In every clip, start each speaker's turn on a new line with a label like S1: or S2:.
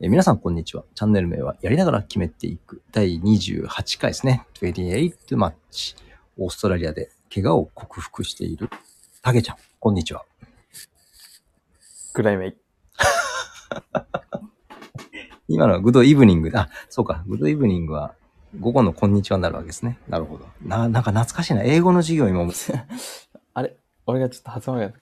S1: えー皆さん、こんにちは。チャンネル名は、やりながら決めていく。第28回ですね。28マッチ。オーストラリアで怪我を克服している、たけちゃん、こんにちは。
S2: ぐらいめい。
S1: 今のはグッドイブニングだ。あ、そうか。グッドイブニングは、午後のこんにちはになるわけですね。なるほど。な、なんか懐かしいな。英語の授業今も。
S2: あれ俺がちょっと発音が、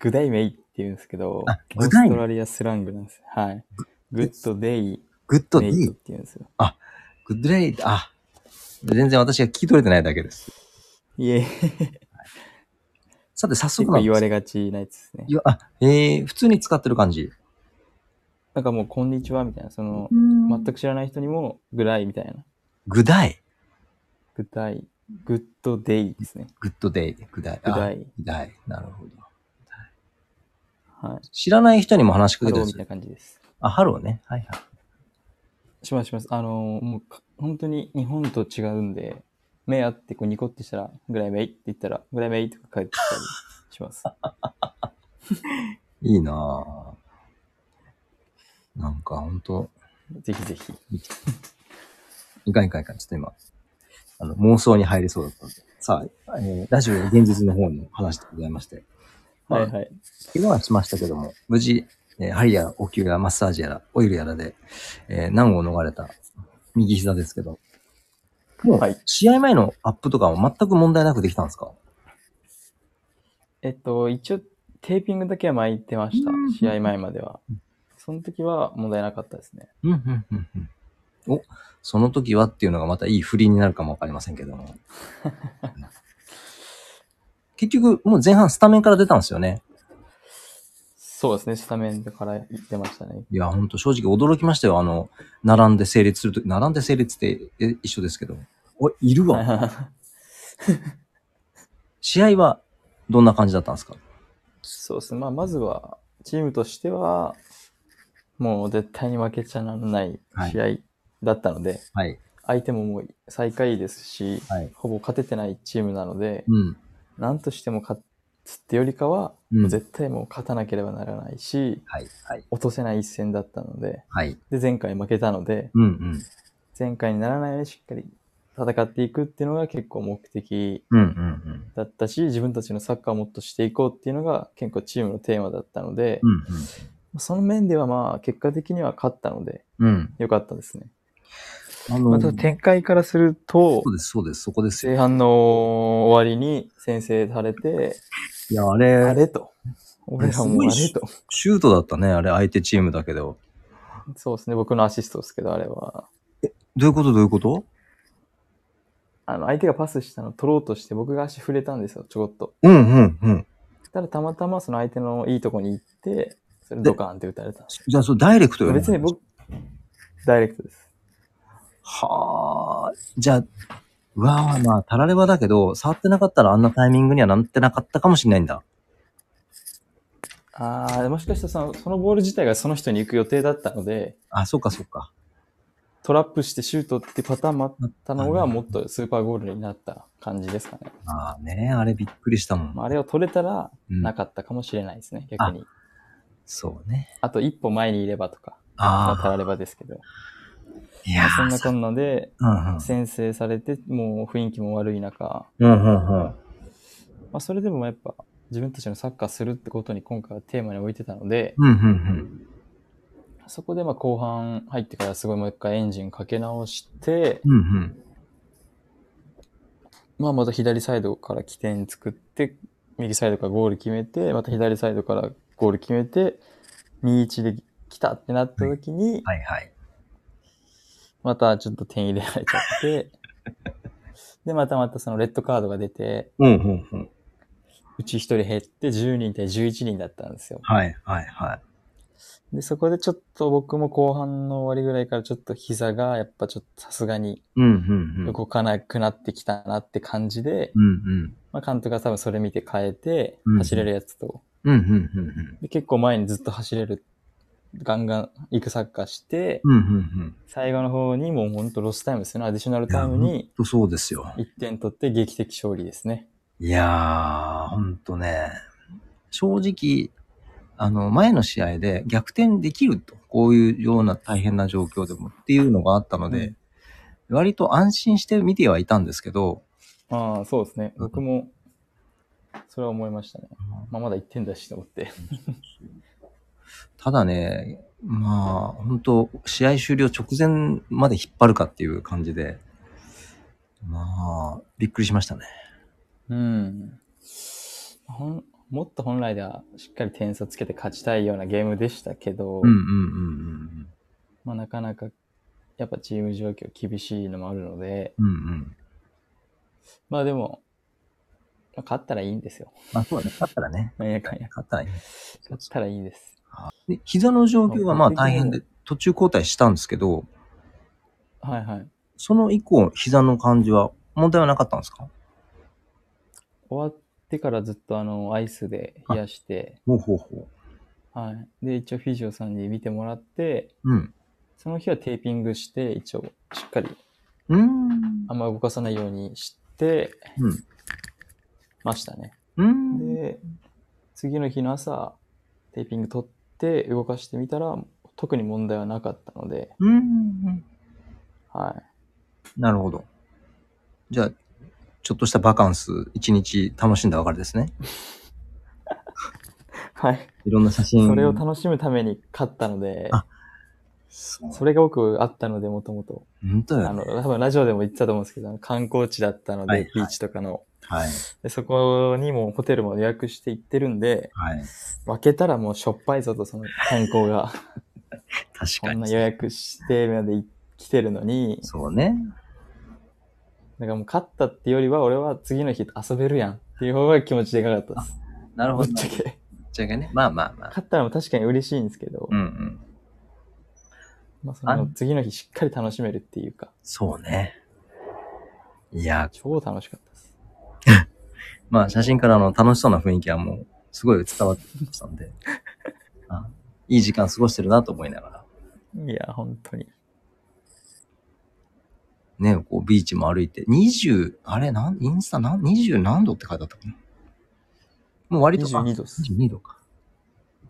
S2: ぐだいめいって言うんですけど
S1: あ、
S2: オー
S1: ぐだいめ
S2: ス
S1: い
S2: トラリアスラングなんです。はい。グッドデイ
S1: グッドデ
S2: メイ
S1: イ
S2: トっ、て言うんですよ。
S1: グッドデイ、あ、全然私が聞き取れてないだけです。
S2: い え、
S1: さて、早
S2: 結
S1: 速
S2: 構
S1: なん
S2: 言わ
S1: です。
S2: れがちなやつですね。
S1: 言わあ、えー、普通に使ってる感じ。
S2: なんかもう、こんにちはみたいな、その、全く知らない人にも、ぐらいみたいな。
S1: グダイ、
S2: ぐだい、グッドデイですね。
S1: グッドデイ、グダイ。
S2: ぐだ
S1: イ。
S2: い。
S1: グダイ、なるほど。
S2: はい。
S1: 知らない人にも話しか
S2: ハ
S1: け
S2: ロ
S1: てる
S2: ーみたいな感じです。
S1: あ、ハローね。はいはい。
S2: しますします。あのーもうか、本当に日本と違うんで、目合ってこうニコってしたら、ぐらいめいって言ったら、ぐらいめいとか帰ってきたりし ます。
S1: いいなぁ。なんか、ほんと、
S2: ぜひぜひ。
S1: いかんいかんいかん。ちょっと今、あの、妄想に入りそうだったんで。さあ、えーラジオの現実の方の話でございまして。まあ
S2: はいはい。
S1: 怪我はしましたけども、無事、えー針やら、お灸やら、マッサージやら、オイルやらで、えー難を逃れた右膝ですけど、もう、
S2: はい
S1: 試合前のアップとかも全く問題なくできたんですか
S2: えっと、一応、テーピングだけは巻いてました
S1: うん。
S2: 試合前までは。その時は問題なかったですね。
S1: うん、うん、うん、うん。お、その時はっていうのがまたいい振りになるかもわかりませんけども。 結局、もう前半スタメンから出たんですよね。
S2: そうですね。スタメンから行ってましたね。
S1: いや、ほんと正直驚きましたよ。あの、並んで整列するとき、並んで整列ってえ一緒ですけど。お、いるわ。試合はどんな感じだったんですか
S2: そうですね。まあ、まずは、チームとしては、もう絶対に負けちゃならない
S1: はい
S2: 試合だったので、
S1: はい。
S2: 相手ももう最下位ですし、
S1: はい。
S2: ほぼ勝ててないチームなので、
S1: うん。
S2: なんとしても勝つってよりかは、
S1: うん
S2: もう絶対もう勝たなければならないし、
S1: はい。はい。
S2: 落とせない一戦だったので、
S1: はい。
S2: で、前回負けたので、
S1: うんうん。
S2: 前回にならないようにしっかり戦っていくっていうのが結構目的
S1: うんうん
S2: だったし、自分たちのサッカーをもっとしていこうっていうのが結構チームのテーマだったので、
S1: うん。
S2: その面ではまあ結果的には勝ったので
S1: うんうん。うん。
S2: 良かったですね。
S1: あ
S2: ま
S1: の、
S2: あ、ただ展開からすると
S1: そう、です、そうです、そこですよ。
S2: 前半の終わりに先制されて、
S1: いや、あれ、
S2: あれと。俺らもあ
S1: すごいし
S2: れと。
S1: シュートだったね、あれ、相手チームだけど。
S2: そうですね、僕のアシストですけど、あれは。
S1: どういうこと、どういうこと
S2: あの、相手がパスしたのを取ろうとして、僕が足触れたんですよ、ちょこっと。
S1: うんうんうん。
S2: ただ、たまたまその相手のいいとこに行って、それドカーンって打たれた。
S1: じゃあ、そう、ダイレクトよね
S2: 別に僕、ダイレクトです。
S1: はあ、じゃあ、うわあ、まあ、たらればだけど、触ってなかったらあんなタイミングにはなってなかったかもしれないんだ。
S2: あー、もしかしたらそのそのボール自体がその人に行く予定だったので、
S1: あ、そうか、そうか。
S2: トラップしてシュートってパターンもあったのが、もっとスーパーゴールになった感じですかね。
S1: まあね、あれびっくりしたもん。
S2: まあ、あれを取れたら、
S1: うん
S2: なかったかもしれないですね、逆に。
S1: そうね。
S2: あと一歩前にいればとか、まあ、
S1: あ
S2: たらればですけど。
S1: あ、いやー
S2: そんなこんなで、
S1: うんうん。
S2: 先制されて、もう雰囲気も悪い中、
S1: うんうんうん。
S2: まあ、それでもやっぱ自分たちのサッカーするってことに今回はテーマに置いてたので、
S1: うんうん
S2: そこでまあ後半入ってからすごいもう一回エンジンかけ直して、
S1: うん。うんうん。
S2: まあまた左サイドから起点作って、右サイドからゴール決めて、また左サイドからゴール決めて、2-1で来たってなった時に、
S1: はいはい。
S2: またちょっと点入れられちゃって、 で、またまたそのレッドカードが出て、
S1: うんうんうん。
S2: うち一人減って10人対11人だったんですよ。
S1: はいはいはい。
S2: で、そこでちょっと僕も後半の終わりぐらいからちょっと膝がやっぱちょっとさすがに
S1: うんうんうん。
S2: 動かなくなってきたなって感じで、
S1: うんうん。
S2: まあ監督が多分それ見て変えて
S1: うん、
S2: 走れるやつと、
S1: うんうんうんうん。
S2: で結構前にずっと走れる、ガンガン行くサッカーして、
S1: うんうんうん。
S2: 最後の方にもうほんとロスタイムですよね、アディショナルタイム
S1: いや
S2: に
S1: ほんとそうですよ。
S2: 1点取って劇的勝利ですね。
S1: いやー、ほんとね、正直、あの、前の試合で逆転できると、こういうような大変な状況でもっていうのがあったので、割と安心して見てはいたんですけど、
S2: ああ、そうですね。
S1: うん
S2: 僕も、それは思いましたね。まあ、まだ1点だしと思って。
S1: ただね、まあ、本当試合終了直前まで引っ張るかっていう感じで、まあ、びっくりしましたね。
S2: うん。ほんもっと本来ではしっかり点差つけて勝ちたいようなゲームでしたけど、
S1: うんうんうん
S2: まあ、なかなかやっぱチーム状況厳しいのもあるので、
S1: うん。うんうん。
S2: まあでも、まあ勝ったらいいんですよ。
S1: まあ、そうだね。勝ったらね。
S2: なんやかんや。
S1: 勝ったらいい。
S2: 勝ったらいいです。
S1: で膝の状況がまあ大変で、途中交代したんですけど、
S2: はいはい。
S1: その以降、膝の感じは問題はなかったんですか
S2: 終わってからずっとあの、アイスで冷やして、
S1: ほうほうほ
S2: はい。で、一応フィジオさんに見てもらって、
S1: う。うん。
S2: その日はテーピングして、一応しっかり
S1: うーん
S2: あ。んま動かさないようにして
S1: うん。
S2: ましたね。
S1: うーん。
S2: で、次の日の朝、テーピング取って動かしてみたら、特に問題はなかったので、
S1: うーん。
S2: はい。
S1: なるほど。じゃあ、ちょっとしたバカンス、一日楽しんだわけですね。
S2: はい。
S1: いろんな写真。
S2: それを楽しむために勝ったので、
S1: あそう
S2: それが僕あったので、もともと。
S1: 本当
S2: あ
S1: よね。
S2: の、多分ラジオでも言ってたと思うんですけど、あの観光地だったので、
S1: はいはい
S2: ビーチとかの。
S1: はい。
S2: で、そこにもホテルも予約して行ってるんで、
S1: はい。
S2: 負けたらもうしょっぱいぞと、その観光 が。
S1: 確
S2: こ
S1: か
S2: んな
S1: に。
S2: 予約してまで来てるのに、
S1: そうね。
S2: なんかもう勝ったってよりは、俺は次の日遊べるやんっていう方が気持ちでかかったです。
S1: なるほ
S2: ぶっ
S1: ど。
S2: ちゃけ。
S1: じゃがね。まあまあ まあ。
S2: 勝ったのも確かに嬉しいんですけど、
S1: うんうん。
S2: まあ、そ
S1: あ
S2: の
S1: ん
S2: 次の日しっかり楽しめるっていうか、
S1: そうね。いや、
S2: 超楽しかったです。
S1: まあ写真からの楽しそうな雰囲気はもう、すごい伝わってきたん で。あいい時間過ごしてるなと思いながら。
S2: いや、本当に。
S1: ね、こうビーチも歩いて、20、あれ、なん、インスタなん、20何度って書いてあったかなもう割と、あ
S2: 22度っす。
S1: 22度か。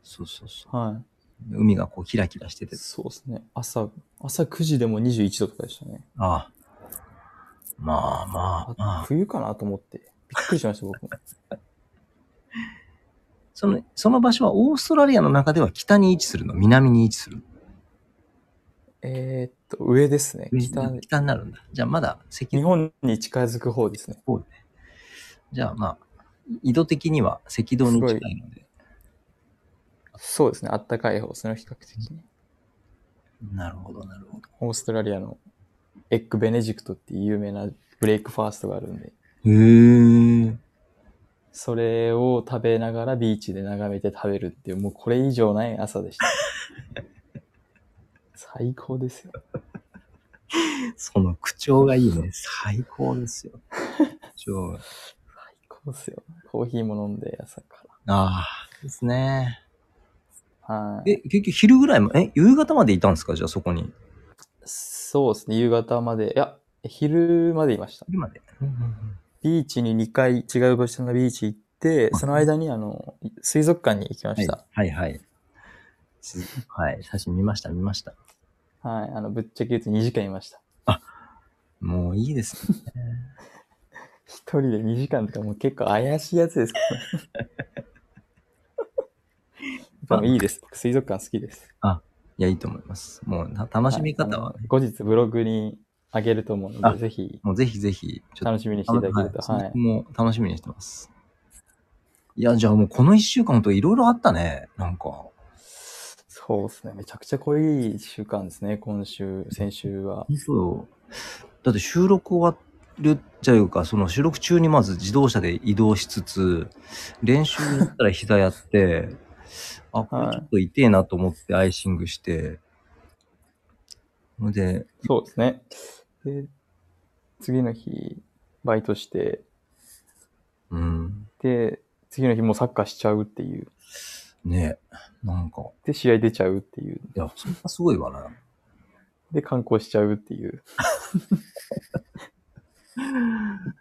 S1: そうそうそ
S2: は
S1: う。海がこうキラキラしてて
S2: い。、そうですね。朝、朝9時でも21度とかでしたね。
S1: ああ。まあまあま
S2: あ
S1: あ。
S2: 冬かなと思って。びっくりしました、僕も。
S1: その、その場所はオーストラリアの中では北に位置するの、南に位置するの。
S2: えーっと、上ですね。北、
S1: 北になるんだ。じゃあまだ赤
S2: 日
S1: 道、
S2: 本に近づく方ですね。
S1: じゃあまあ、緯度的には赤道に近いので。
S2: そうですね。あったかい方ですね、比較的に。
S1: なるほど、なるほど。
S2: オーストラリアのエッグベネジクトっていう有名なブレイクファーストがあるんで、
S1: へえ。
S2: それを食べながらビーチで眺めて食べるっていう、もうこれ以上ない朝で した。最高ですよ。
S1: その口調がいいね。最高ですよ。口調が。
S2: 最高ですよ。コーヒーも飲んで朝か
S1: ああ、ですね。
S2: ら。はい。
S1: え、結局昼ぐらいま、え、夕方までいたんですかじゃあそこに。
S2: そうですね。夕方まで、いや、昼までいました。
S1: 昼まで。うんうんうん
S2: ビーチに2回違う場所のビーチ行って、その間にあの、水族館に行きま
S1: はい
S2: した。
S1: はいはい。すはい、写真見ました、見ました。
S2: はい。あの、ぶっちゃけ言うと2時間いました。
S1: もういいですね。
S2: 一人で2時間とかもう結構怪しいやつ ですからねでもいいです。僕水族館好きです。
S1: いや、いいと思います。もうな楽しみ方は、
S2: いあの後日ブログにあげると思うの
S1: あ
S2: で、ぜひ
S1: もうぜひぜひ、ちょっ
S2: 楽しみにして
S1: と、
S2: いただけると。
S1: は
S2: はいい。
S1: 僕も楽しみにしてます。いや、じゃあもうこの一週間ほんといろいろあったね。なんか。
S2: そうですね。めちゃくちゃ濃い1週間ですね。今週、先週は。
S1: そう。だって収録終わるじゃいうか、その収録中にまず自動車で移動しつつ、練習に行ったら膝やって、 あ、これちょっと痛えなと思ってアイシングして、ほんで、
S2: そうですね。で、次の日、バイトして、
S1: うん、
S2: で、次の日もうサッカーしちゃうっていう。
S1: ねえ、なんか、
S2: で、試合出ちゃうっていう。
S1: いや、それはすごいわな。
S2: で、観光しちゃうっていう。1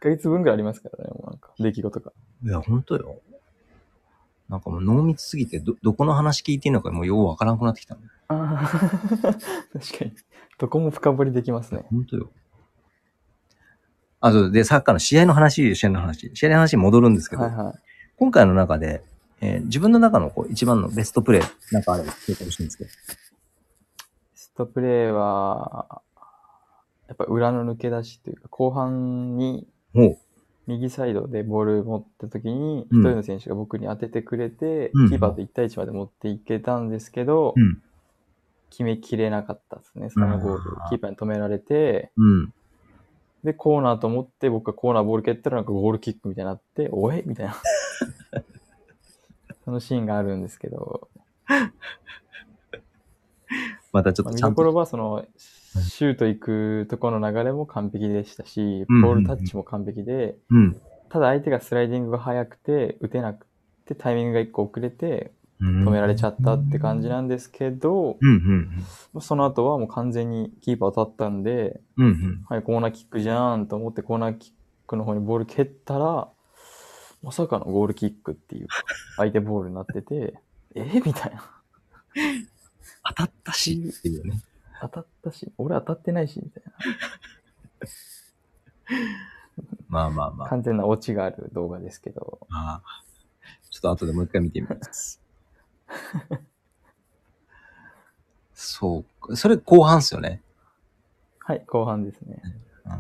S2: ヶ月分ぐらいありますからね、もうなんか、出来事が。
S1: いや、ほんとよ。なんかもう濃密すぎて、ど、どこの話聞いてんのかもうようわからなくなってきたんだよ。
S2: ああ、確かに。どこも深掘りできますね。
S1: ほんとよ。あ、そう、で、サッカーの試合の話、試合の話、試合の話に戻るんですけど、
S2: はいはい。
S1: 今回の中で、えー自分の中のこう一番のベストプレー、なんかあれば聞いてほしいんですけど。
S2: ストプレーは、やっぱ裏の抜け出しというか、後半に
S1: もう、
S2: 右サイドでボール持った時に、
S1: う
S2: 一
S1: ん
S2: 人の選手が僕に当ててくれて、
S1: うん
S2: キーパーと1対1まで持っていけたんですけど、
S1: うん
S2: 決めきれなかったですね、そのゴール
S1: あ。ー
S2: キーパーに止められて、
S1: うん。
S2: で、コーナーと思って、僕がコーナーボール蹴ったら、なんかゴールキックみたいになって、おえみたいな。 そのシーンがあるんですけど、
S1: またちょ
S2: ま
S1: っ
S2: あ、
S1: と
S2: 見
S1: ちゃ
S2: ど
S1: ん。
S2: ことろは、その、シュート行くとこの流れも完璧でしたし、
S1: うんうん
S2: ボー
S1: うん
S2: ルタッチも完璧で、
S1: うん。
S2: ただ相手がスライディングが速くて、打てなくて、タイミングが一個遅れて、
S1: 止
S2: 止められちゃったって感じなんですけど、
S1: うんうん
S2: その後はもう完全にキーパー当たったんで、
S1: うん。うんうん。
S2: はい、コーナーキックじゃーんと思ってコーナーキックの方にボール蹴ったら、まさかのゴールキックっていうか、相手ボールになってて、えみたいな。
S1: 当たったしっていうね。
S2: 当たったし、俺当たってないし、みたい
S1: まあまあま
S2: な。
S1: あ。
S2: 完全なオチがある動画ですけど、
S1: ああ。ちょっと後でもう一回見てみ ます。そうか。それ後半っすよね。
S2: はい、後半ですね。
S1: うん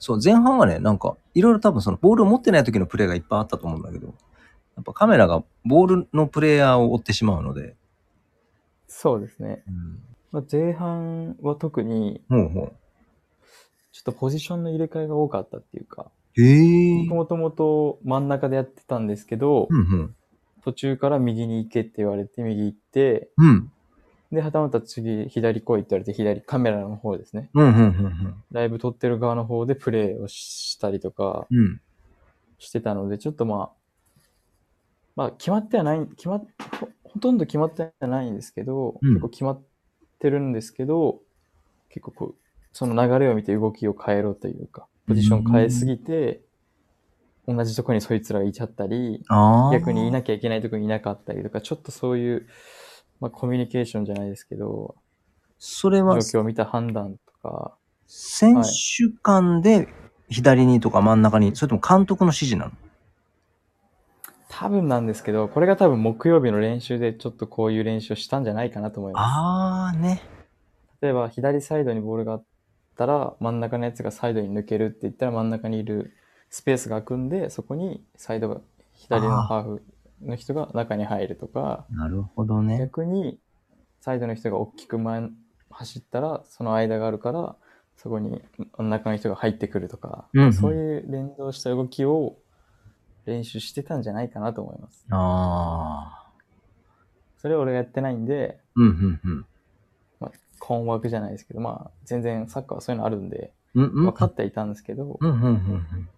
S1: そう、前半はね、なんか、いろいろ多分そのボールを持ってない時のプレーがいっぱいあったと思うんだけど、やっぱカメラがボールのプレイヤーを追ってしまうので、
S2: そうですね。
S1: うん、
S2: まあ、前半は特に、
S1: ほうほう。
S2: ちょっとポジションの入れ替えが多かったっていうか、
S1: へえ。
S2: 僕もともと真ん中でやってたんですけど、
S1: うんうん。
S2: 途中から右に行けって言われて右行って、
S1: うん。
S2: で、はたまた次左来いって言われて左、カメラの方ですね。
S1: うんうんうん
S2: ライブ撮ってる側の方でプレイをしたりとか
S1: うん。うん。
S2: してたので、ちょっとまあ、まあ決まってはない、決まっ、ほほとんど決まってはないんですけど、
S1: うん
S2: 結構決まってるんですけど、結構こう、その流れを見て動きを変えろというか、ポジション変えすぎて、同じとこにそいつらがいちゃったり、
S1: ああ。
S2: 逆にいなきゃいけないとこにいなかったりとか、ちょっとそういう、まあコミュニケーションじゃないですけど、
S1: それは
S2: 状況を見た判断とか、
S1: 選手間で左にとか真ん中に、それとも監督の指示なの
S2: 多分なんですけど、これが多分木曜日の練習でちょっとこういう練習をしたんじゃないかなと思いま
S1: ああね。
S2: す。例えば左サイドにボールがあったら、真ん中のやつがサイドに抜けるって言ったら真ん中にいるスペースが空くんで、そこにサイドが、左のハーフの人が中に入るとか、
S1: なるほどね。
S2: 逆にサイドの人が大きく前走ったら、その間があるから、そこに真ん中の人が入ってくるとか、
S1: うんうん
S2: そういう連動した動きを練習してたんじゃないかなと思います。
S1: ああ。
S2: それを俺がやってないんで、
S1: うんうんうん。
S2: 困惑じゃないですけど、まあ、全然サッカーはそういうのあるんで、
S1: うんうん。
S2: 分かってはいたんですけど、
S1: うんうんうんうん。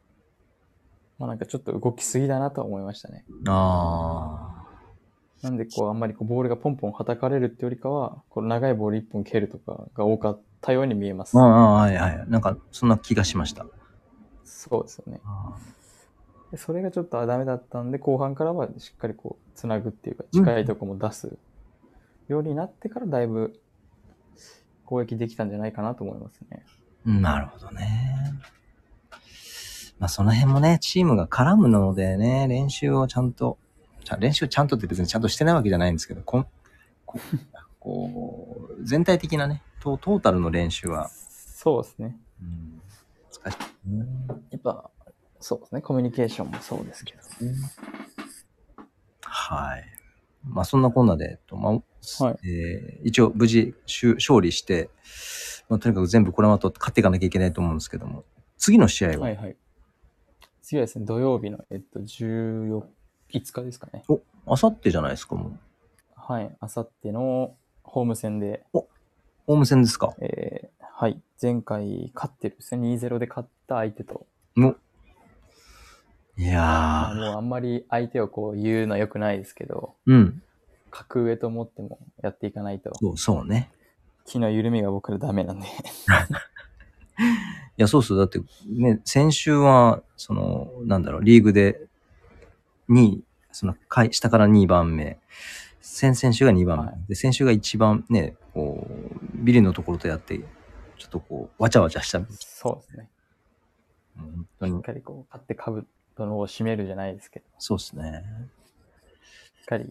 S2: まあなんかちょっと動きすぎだなとは思いましたね。
S1: ああ。
S2: なんで、こう、あんまりこうボールがポンポンはたかれるってよりかは、こう長いボール一本蹴るとかが多かったように見えます。
S1: まああ、はいはい。なんか、そんな気がしました。
S2: そうですよね。
S1: あ
S2: でそれがちょっとあダメだったんで、後半からはしっかりこう、つなぐっていうか、近いとこも出すようになってから、だいぶ攻撃できたんじゃないかなと思いますね。
S1: ーなるほどね。まあ、その辺もね、チームが絡むのでね、練習をちゃんと、ちゃ練習ちゃんとって別にちゃんとしてないわけじゃないんですけど、こんここう、全体的なね、トトータルの練習は
S2: そうですね。
S1: うん難しいね。
S2: やっぱ、そうですね。コミュニケーションもそうですけど。
S1: はい。まあそんなこんなで、えっとまあ
S2: はい
S1: えー一応無事勝勝利して、まあ、とにかく全部これまと勝っていかなきゃいけないと思うんですけども、次の試合は、
S2: はいはい。次はですね、土曜日の、えっと、14、5日ですかね。
S1: あさってじゃないですか、もう。
S2: はい。あさってのホーム戦で、
S1: ホーム戦ですか。
S2: えーはい。前回勝ってるですね。2-0で勝った相手と。
S1: の。い
S2: ま
S1: や
S2: あ
S1: ー、
S2: もうあんまり相手をこう言うのは良くないですけど、
S1: うん。
S2: 格上と思ってもやっていかないと、
S1: そう、そうね。
S2: 気の緩みが僕らダメなんで。
S1: いや、そうそう。だって、ね、先週は、その、なんだろう、リーグで2位、その下下から2番目、先々週が2番目、
S2: はい
S1: で先週が一番ね、こう、ビリのところとやって、ちょっとこう、わちゃわちゃした。も
S2: そうですね。
S1: う本当
S2: しっ
S1: に、
S2: かりこう、買って株とのを締めるじゃないですけど、
S1: そうですね。
S2: しっかり、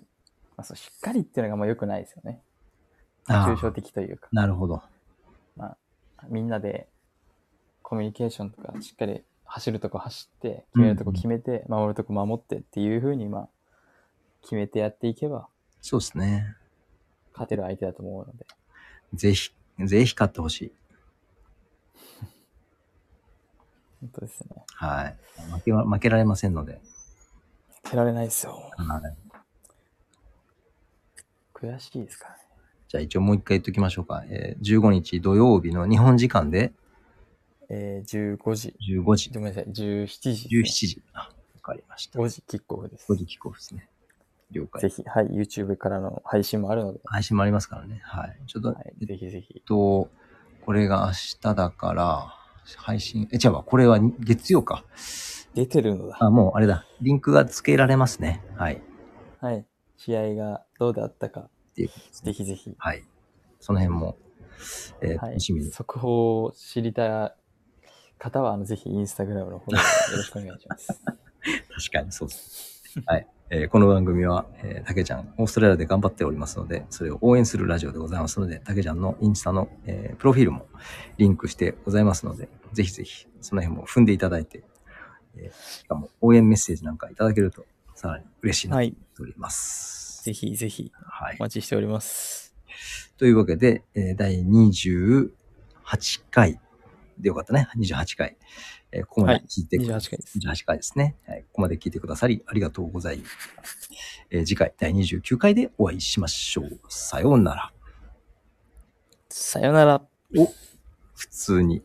S2: まあ、そうしっかりっていうのがあんま良くないですよね。
S1: あ
S2: 抽
S1: あ
S2: 象的というか、
S1: なるほど。
S2: みんなでコミュニケーションとか、しっかり走るとこ走って、決めるとこ決めて、守るとこ守ってっていうふうに、まあ、決めてやっていけば、
S1: そうですね。
S2: 勝てる相手だと思うので、
S1: ぜひ、ぜひ買ってほしい。
S2: 本当ですね。
S1: はい。負けは、負けられませんので。
S2: 負けられないですよ。
S1: はい。
S2: 悔しいですからね。
S1: じゃあ一応もう一回言っときましょうか。えー15日土曜日の日本時間で
S2: えー、15時、
S1: 15時、
S2: ごめんなさい、17時
S1: 17
S2: です
S1: 時。
S2: ね、
S1: あ、わかりました。
S2: 5時キックオフです
S1: 5。時キックオフですね。了
S2: ぜ
S1: 解。
S2: ひ、はい、YouTube からの配信もあるので、
S1: 配信もありますからね。はい。ちょっと、
S2: は
S1: え
S2: い、
S1: っ
S2: ぜひぜひ。
S1: と、これが明日だから、配信、え、違うわ、これはに月曜か。
S2: 出てるのだ。
S1: あ、もうあれだ。リンクが付けられますね。はい。っ
S2: はい。試合がどうだったか、
S1: ていうことです
S2: ぜ
S1: ね。
S2: ひぜひ。
S1: はい。その辺も、えー
S2: は
S1: 楽
S2: い。
S1: しみに。
S2: 速報を知りたい方は、あの、ぜひインスタグラムの方よろしくお願いし ます。
S1: 確かにそうです。はい。えーこの番組は、えー、たけちゃん、オーストラリアで頑張っておりますので、それを応援するラジオでございますので、たけちゃんのインスタの、えープロフィールもリンクしてございますので、ぜひぜひ、その辺も踏んでいただいて、えーしかも応援メッセージなんかいただけると、さらに嬉しいなと
S2: は
S1: 思っ
S2: い。
S1: ております。
S2: ぜひぜひ、
S1: はい
S2: お。待ちしております。
S1: というわけで、えー第28回でよかったね。28回。えーここまで聞いてく
S2: はい28回です
S1: 28回ですね、はい。ここまで聞いてくださりありがとうございます。えー次回第29回でお会いしましょう。さようなら。
S2: さよなら。
S1: 普通に